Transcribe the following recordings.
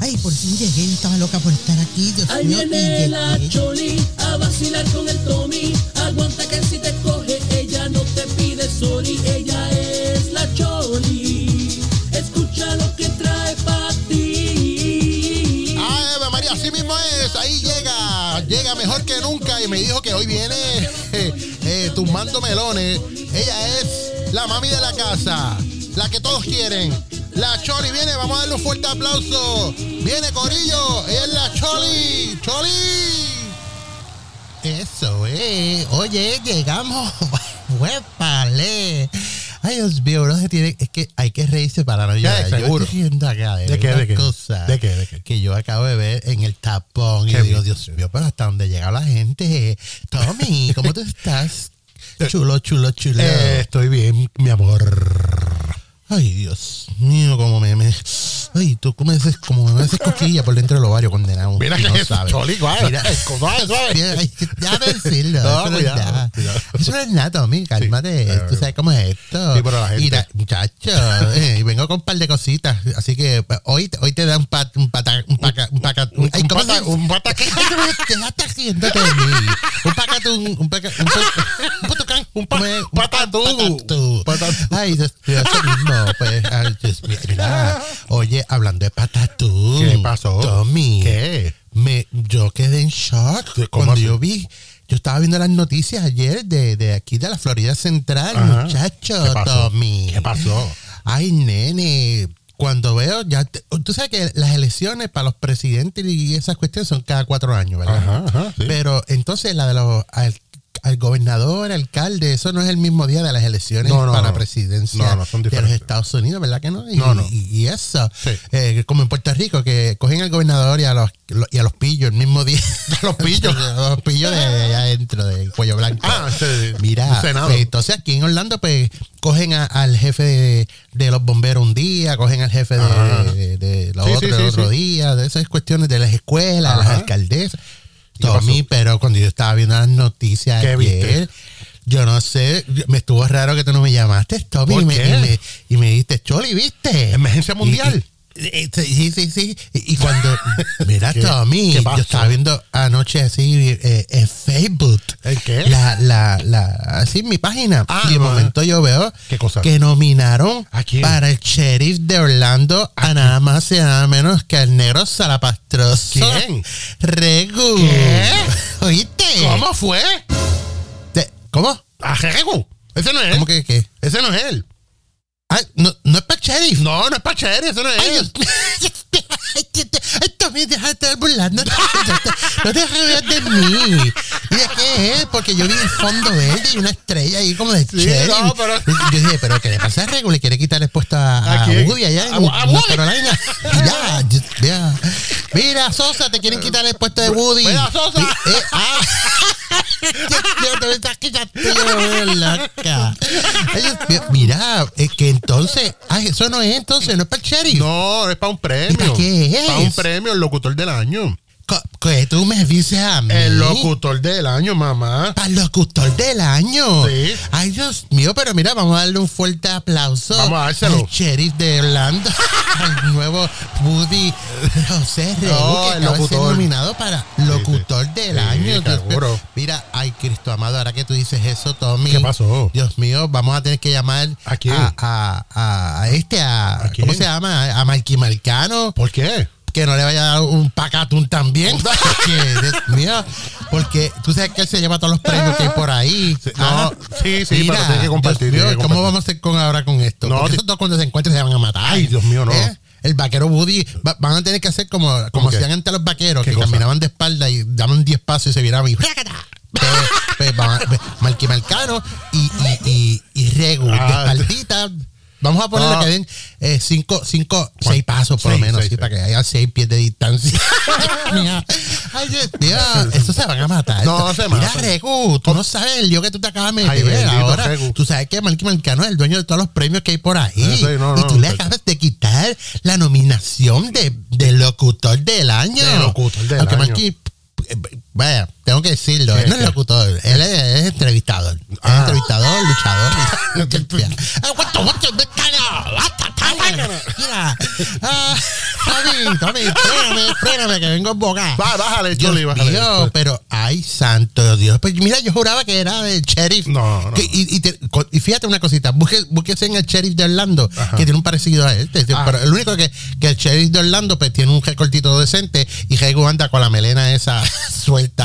Ay, por fin llegué, yo estaba loca por estar aquí. Dios Ahí mío, y viene llegué. la Choli a vacilar con el Tommy. Aguanta que si te coge, ella no te pide sorry. Ella es la Choli. Escucha lo que trae para ti. Ay, Ave María, así mismo es. Ahí llega, llega mejor que nunca. Y me dijo que hoy viene eh, eh, tumbando melones. Ella es la mami de la casa, la que todos quieren. La Choli viene, vamos a darle un fuerte aplauso. Viene Corillo, ella es la Choli. ¡Choli! Eso es. Oye, llegamos. ¡Huépale! Ay, Dios mío, uno se tiene, es que hay que reírse para no llorar. seguro. Yo estoy riendo acá de, ¿De qué, una de qué? cosa ¿De qué, de qué? que yo acabo de ver en el tapón. Y Qué digo, bien. Dios mío, pero hasta dónde llega la gente. eh". Tommy, ¿cómo tú estás? Chulo, chulo, chulo. Eh, estoy bien, mi amor. Ay, Dios mío, como me, me- Ay, tú me haces, como me haces cosquilla por dentro del ovario condenado. Mira Tú que no es sabes. Choli, guay. Mira, Ay, suave, suave. Ay, ya decirlo. No, eso, no es cuidado, nada. cuidado. eso no es nada, Tommy. Cálmate. Sí. Tú sabes cómo es esto. Sí, pero la gente- Mira, muchacho, eh, y vengo con un par de cositas. Así que pues, hoy, hoy te da un pat, un pata, un paca, un paca. Un, ay, un ¿cómo se pata- dice? un pataquín. Ay, tú me- Te la estás riéndote de mí. Un pacatún, un paca, un paca, un patucán, Un pa- ¿cómo es? Uh, patatú. Patatú. Ay, Dios mío, eso mismo, pues. Ay, Dios mío, mira. Oye, hablando de patatú. ¿Qué pasó? Tommy. ¿Qué? Me, yo quedé en shock ¿Cómo cuando así? yo vi. Yo estaba viendo las noticias ayer de, de aquí de la Florida Central, Ajá. muchacho, ¿Qué pasó? Tommy. ¿Qué pasó? Ay, nene. Cuando veo, ya. te- tú sabes que las elecciones para los presidentes y esas cuestiones son cada cuatro años, ¿verdad? Ajá, ajá, sí. Pero entonces la de los. Al, al gobernador, alcalde, eso no es el mismo día de las elecciones No, no, para no. presidencia No, no, son de los diferentes. Estados Unidos, ¿verdad que no? Y, No, no. y- y eso, Sí. eh, como en Puerto Rico, que cogen al gobernador y a los, y a los pillos el mismo día. a los pillos. a los pillos de allá adentro, del cuello blanco. Ah, sí, sí. Mira, El Senado. pues, entonces aquí en Orlando, pues, cogen a- al jefe de, de los bomberos un día, cogen al jefe de, Ajá. de- de los Sí, sí, otros sí, el otro sí. día, de esas cuestiones de las escuelas, las Ajá. alcaldesas. ¿Qué pasó? Tommy, pero cuando yo estaba viendo las noticias ¿Qué ayer, viste? yo no sé, me estuvo raro que tú no me llamaste, Tommy, ¿Por y, me, qué? y me- y me dijiste, Choli, ¿viste? Emergencia mundial. Y- y- y- sí, sí, sí. Y, y cuando, mira, ¿Qué? Tommy, ¿Qué yo pasó? estaba viendo anoche así eh, en Facebook. ¿El qué? La, la, la, así mi página. Ah, y de ajá. momento yo veo ¿Qué cosa? que nominaron ¿A quién? para el sheriff de Orlando a nada más y nada menos que al negro zarapastroso. ¿Quién? Regu. ¿Qué? ¿Eh? ¿Oíste? ¿Cómo fue? Ah, Te- ¿Cómo? A Regu. Uh, Ese no es él. ¿Cómo que qué? Ese no es él. Ah, no, no es para sheriff. No, no es Pacheri, ese no es Ay, él. Dios mío. Ay, Tommy, deja de estar burlando. No te- No te dejes de mí. ¿Y de qué es? Porque yo vi el fondo verde y una estrella ahí como de Sí, sheriff. no, pero- Yo dije, ¿pero qué le pasa a Rego? ¿Le quiere quitar el puesto a, ¿A a quién? Woody allá en A- a North Woody. Carolina? Ya, ya. Mira, Sosa, te quieren quitar el puesto de Woody. Mira, Sosa. Eh, ah. Yo te me estás quitando, yo, loca. Ay, Dios mío, Mira, es que entonces, ay, eso no es entonces, no es para el sheriff. No, es para un ¿Para premio. qué es? Para un premio, el locutor del año. Co- Que tú me dices a mí. El locutor del año, mamá. Para el locutor del año. Sí. Ay, Dios mío, pero mira, vamos a darle un fuerte aplauso. Vamos a dárselo. Al sheriff de Orlando. al nuevo Woody José Reu, No, que el acaba de ser locutor. nominado para locutor del Sí, año. Dios mío. seguro. Mira, ay, Cristo amado, ahora que tú dices eso, Tommy. ¿Qué pasó? Dios mío, vamos a tener que llamar ¿A quién? A, a- a este, a, ¿A quién? ¿cómo se llama? A Marky Marcano ¿Por qué? que no le vaya a dar un pacatún también. Porque, Dios mío, porque tú sabes que él se lleva todos los premios que hay por ahí. Sí, no, sí, sí, pero tiene que compartir, Dios mío, tiene que ¿Cómo compartir. vamos a hacer con ahora con esto? No, Porque ti- esos dos cuando se encuentren se van a matar. ¿Eh? Ay, Dios mío, no. El vaquero Woody va- van a tener que hacer como, como qué? hacían antes los vaqueros, ¿Qué que cosa? caminaban de espalda y daban 10 pasos y se viraban y ¡rácata! Pe- pe- va- pe- Marqui Marcano y, y, y, y Regu Ah, de espaldita. Vamos a ponerle Ah. que den eh, cinco, cinco, seis pasos por lo Seis, menos, seis, sí, seis. para que haya seis pies de distancia. Mira, Ay, Dios mío, eso se van a matar. No, se Mira, matan. Regu, tú no sabes el lío que tú te acabas de meter Ay, bendito, ahora. Regu. Ah, Tú sabes que Marky Marcano es el dueño de todos los premios que hay por ahí. Sí, sí, no, y no, tú le muchacho. acabas de quitar la nominación de, de locutor del año. De locutor del Aunque año. Marky, eh, vaya, tengo que decirlo, ¿Qué, él no es qué? locutor, él es, es entrevistador. Es Ah. entrevistador, luchador. y- Aguanta, aguanta, aguanta, aguanta, Mira, mira. Ah, Tommy, Tommy, espérame, espérame, que vengo en boca. Va, bájale, Dios Choli, bájale. mío, pero ay, santo Dios. Pues mira, yo juraba que era del sheriff. No, no. Que- y, y te- co- y fíjate una cosita, busque- búsquese en el sheriff de Orlando, Ajá. que tiene un parecido a él. Te- te- Ah. Pero el único que, que el sheriff de Orlando pues, tiene un recortito decente y Rego anda con la melena esa suelta.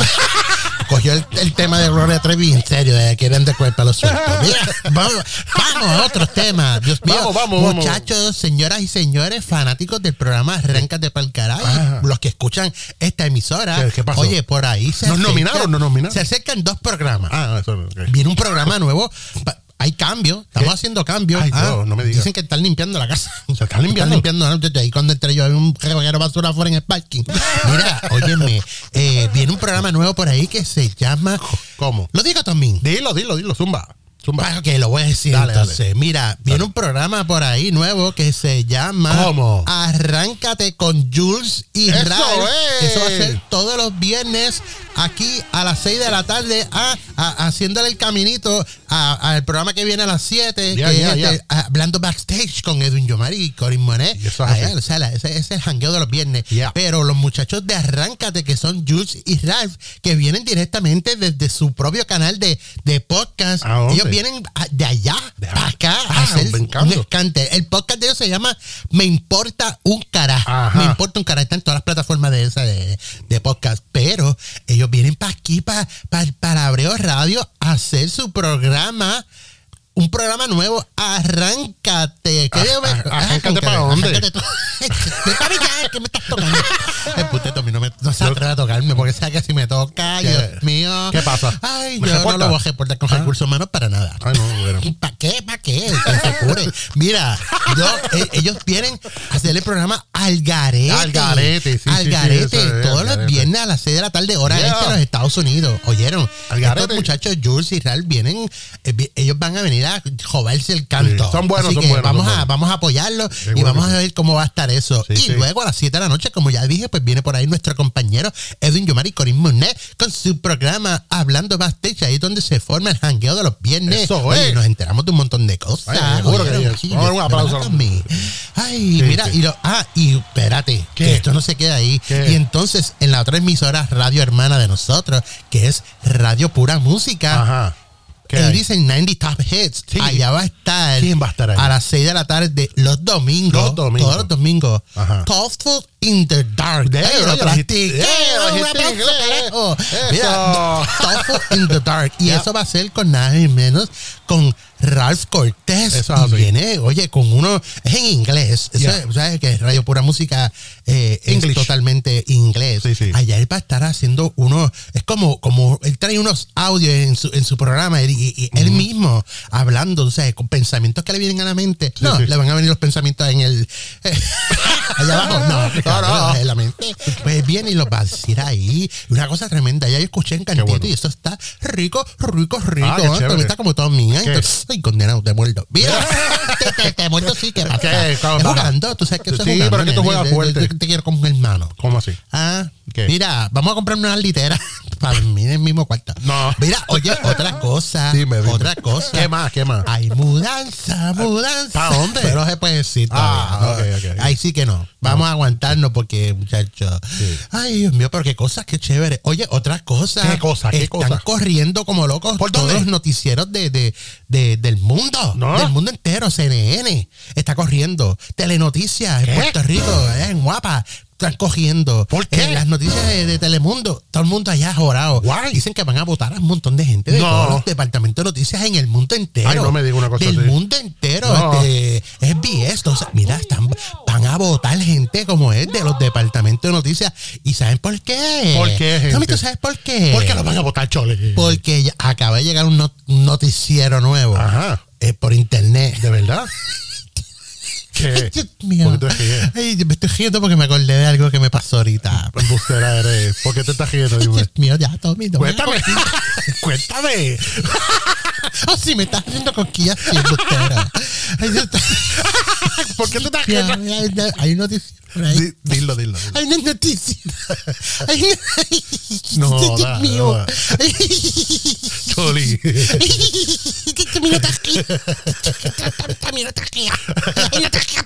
Cogió el, el tema de Gloria Trevi en serio, de que eran de cuerpo lo suelto. Mira, vamos, vamos a otros temas. Dios mío, Vamos, vamos, vamos. muchachos muchachos, señoras y señores, fanáticos del programa Arrancas de Palcaray, Ajá. los que escuchan esta emisora, ¿Qué- qué pasó? oye, por ahí se ¿Nos nominaron, nos nominaron? Se acercan dos programas. Ah, eso no. ok. Viene un programa nuevo. pa- Hay cambios, estamos ¿Qué? haciendo cambios. Ay, no, no me digas. Dicen que están limpiando la casa. ¿Se están limpiando? ¿no? Desde ahí cuando entré yo había un reguero basura afuera en el parking. Mira, óyeme, eh, viene un programa nuevo por ahí que se llama... ¿Cómo? Lo digo también. Dilo, dilo, dilo, zumba. Zumba. Bueno, que lo voy a decir Dale, entonces. Mira, viene un programa por ahí nuevo que se llama ¿Cómo? Arráncate con Jules y ¡Eso Rael. es! Eso va a ser todos los viernes aquí a las 6 de la tarde a, a- haciéndole el caminito a- al programa que viene a las 7 Ya, que ya, es ya. este, hablando backstage con Edwin Yomari y Corin Monet. Y eso es Ahí, así. o sea, la- ese ese es el jangueo de los viernes. Ya. Pero los muchachos de Arráncate, que son Jules y Ralph, que vienen directamente desde su propio canal de, de podcast. ¿A dónde? Ellos vienen a- de allá Ah, De- para acá Ah, a hacer me un encanta. escante. El podcast de ellos se llama Me importa un carajo. Ajá. Me importa un carajo. Está en todas las plataformas de esa de, de podcast. Pero ellos vienen para aquí, para pa, para Abreu Radio, a hacer su programa. Un programa nuevo, arráncate. ¿Qué Ah, digo? ah, arráncate ¿para dónde? Arráncate tú. Ven para allá, que me estás tocando. El puteto a mí no, me, no se atreve a tocarme porque sabe que si me toca, ¿Qué? Dios mío. ¿Qué pasa? Ay, ¿Me yo no reporta? lo voy a reportar con Ah. recursos humanos para nada. Ay, Ah, no, bueno. ¿Para qué? ¿Para qué? Que se cure. Mira, yo- e- ellos vienen a hacer el programa al garete. Al garete, sí, sí, Al sí, garete. eso es, todos al los garete. viernes a las 6 de la tarde, hora Yeah. este de los Estados Unidos. ¿Oyeron? Al garete. Estos muchachos, Jules y Ral, vienen, eh, vi- ellos van a venir a joderse el canto. Sí, son buenos, Así son que buenos, son Vamos, a, buenos. vamos a apoyarlos y Seguro vamos que a sí. ver cómo va a estar eso. Sí, y sí. luego a las 7 de la noche, como ya dije, pues viene por ahí nuestro compañero Edwin Yomari Corín Monet con su programa Hablando Backstage, ahí es donde se forma el jangueo de los viernes. Eso Oye, es. nos enteramos de un montón de cosas. Ay, seguro que Oye, sí. Vamos a dar un aplauso. perdóname. Ay, Sí, mira, sí. y lo, ah, y espérate, ¿Qué? que esto no se queda ahí. ¿Qué? Y entonces, en la otra emisora, radio hermana de nosotros, que es Radio Pura Música, Ajá. ¿Qué él hay? dice 90 Top Hits. Sí. Allá va a estar. ¿Quién va a estar ahí? A las 6 de la tarde, los domingos. Los domingos. Todos los domingos. Ajá. Thoughtful in the Dark. De- Ay, oye, lo lo dijiste- practiqué. eh, lo Un dijiste en aplauso, inglés. carajo. Eso. Mira, Thoughtful in the Dark. Y Ya. eso va a ser con nadie menos con Ralph Cortés. Eso es Y así. viene, oye, con uno. Es en inglés. Eso Ya. es- ¿Sabes que Radio Pura Música eh, es English. totalmente inglés? Sí, sí. Allá él va a estar haciendo unos. Es como, como él trae unos audios en su, en su programa él- y, y él mismo hablando, o sea, con pensamientos que le vienen a la mente. no, sí. le van a venir los pensamientos en el. allá abajo. No, no. en la mente. Pues viene y los va a decir ahí. Una cosa tremenda. Ya yo escuché en cantito bueno. y eso está rico, rico, rico. Ah, qué ¿eh? chévere. Está como todo mía. ¿Qué? Entonces, Ay, condenado, te muerdo. Mira, te, te, te muerdo, sí, que pasa. ¿Qué? Es ¿Cómo pasa? jugando, tú sabes que eso es Sí, jugando, pero que tú nene. juegas Yo- yo- fuerte. yo te quiero como un hermano. ¿Cómo así? Ah, ¿Qué? mira, vamos a comprar una litera para dormir en el mismo cuarto. No. Mira, oye, otra cosa. Dime, dime. Otra cosa. ¿Qué más? ¿Qué más? Ah, Hay mudanza, mudanza. ¿pa' dónde? Pero se puede decir todavía, Ah, ¿no? ok, ok, ok. Ahí sí que no. Vamos a aguantarnos porque, muchachos. Sí. Ay, Dios mío, pero qué cosas, qué chévere. Oye, otra cosa. ¿Qué cosa, qué Están cosa? corriendo como locos ¿Por todos dónde? los noticieros de, de- de- del mundo. ¿No? Del mundo entero. CNN está corriendo. Telenoticias en ¿Qué? Puerto Rico, eh, en Guapa. Están cogiendo. ¿Por qué? Eh, las noticias de, de Telemundo. Todo el mundo allá jorado. Guay. Dicen que van a votar a un montón de gente de No. todos los departamentos de noticias en el mundo entero. Ay, no me diga una cosa Del así. mundo entero. No. Este, es BS. O sea, mira, están, van a votar gente como es de los departamentos de noticias. ¿Y saben por qué? ¿Por qué, gente? Tommy, ¿tú sabes por qué? ¿Por qué lo van a votar, Chole? Porque ya- acaba de llegar un not- un noticiero nuevo. Ajá. eh, por internet. ¿De verdad? Ay, ¿Qué? Dios mío. ¿Por qué te ríes? Ay, yo me estoy riendo porque me acordé de algo que me pasó ahorita. pues, Embustera eres. ¿Por qué te estás riendo? Ay, Dime. Dios mío, ya, Tommy. no me Cuéntame. Cuéntame. Oh, sí, me estás haciendo cosquillas, sí, embustera. Ay, yo te- ¿Por qué tú estás Ya, ay, no, Hay noticias por ahí. Di- Dilo, dilo. dilo. Hay una noticia. Hay una... No, Dios da, mío. no. Choli. Mira, está aquí. Mira, está aquí. Hay una tasquilla.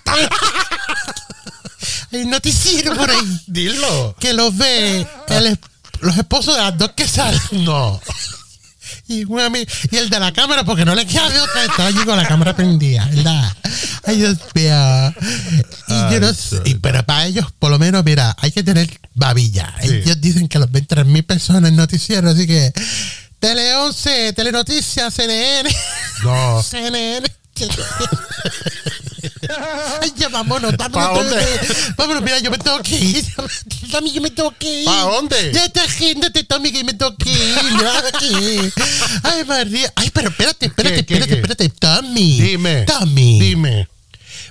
Hay un noticiero por ahí Dilo. que los ve el es- los esposos de las dos que salen. No. Y, un ami- y el de la cámara, porque no le queda de otra, estaba allí con la cámara prendida, ¿verdad? Ay, Dios mío. Y yo no sé- y- pero para ellos, por lo menos, mira, hay que tener babilla. Sí. Ellos dicen que los ven 3.000 personas en noticiero, así que Tele 11, Telenoticias, CNN, No. CNN. Ay, ya vámonos, vámonos. ¿Pa dónde? Vámonos, mira, yo me tengo que ir. Tommy, yo me tengo que ir. ¿Pa dónde? Ya está, agéndate, Tommy, que me tengo que ir. me tengo que ir. Ay, María. Ay, pero espérate, espérate, ¿Qué, qué, espérate, qué? espérate. Tommy. Dime. Tommy. Dime.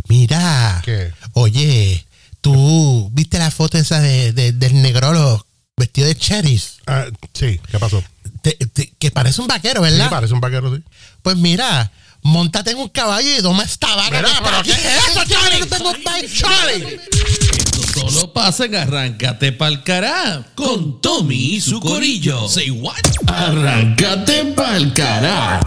Mira. ¿Qué? Oye, tú viste la foto esa de, de- del negrolo vestido de sheriff. Ah, sí, ¿qué pasó? Te- te- que parece un vaquero, Sí, ¿verdad? parece un vaquero, sí. Pues mira, montate en un caballo y toma esta vaca. Mira, que está pero aquí. ¿qué es eso, Charlie? No tengo pa- Charlie. Esto solo pasa en Arráncate Pa'l Cará con Tommy y su corillo. Say what? Arráncate Pa'l Cará.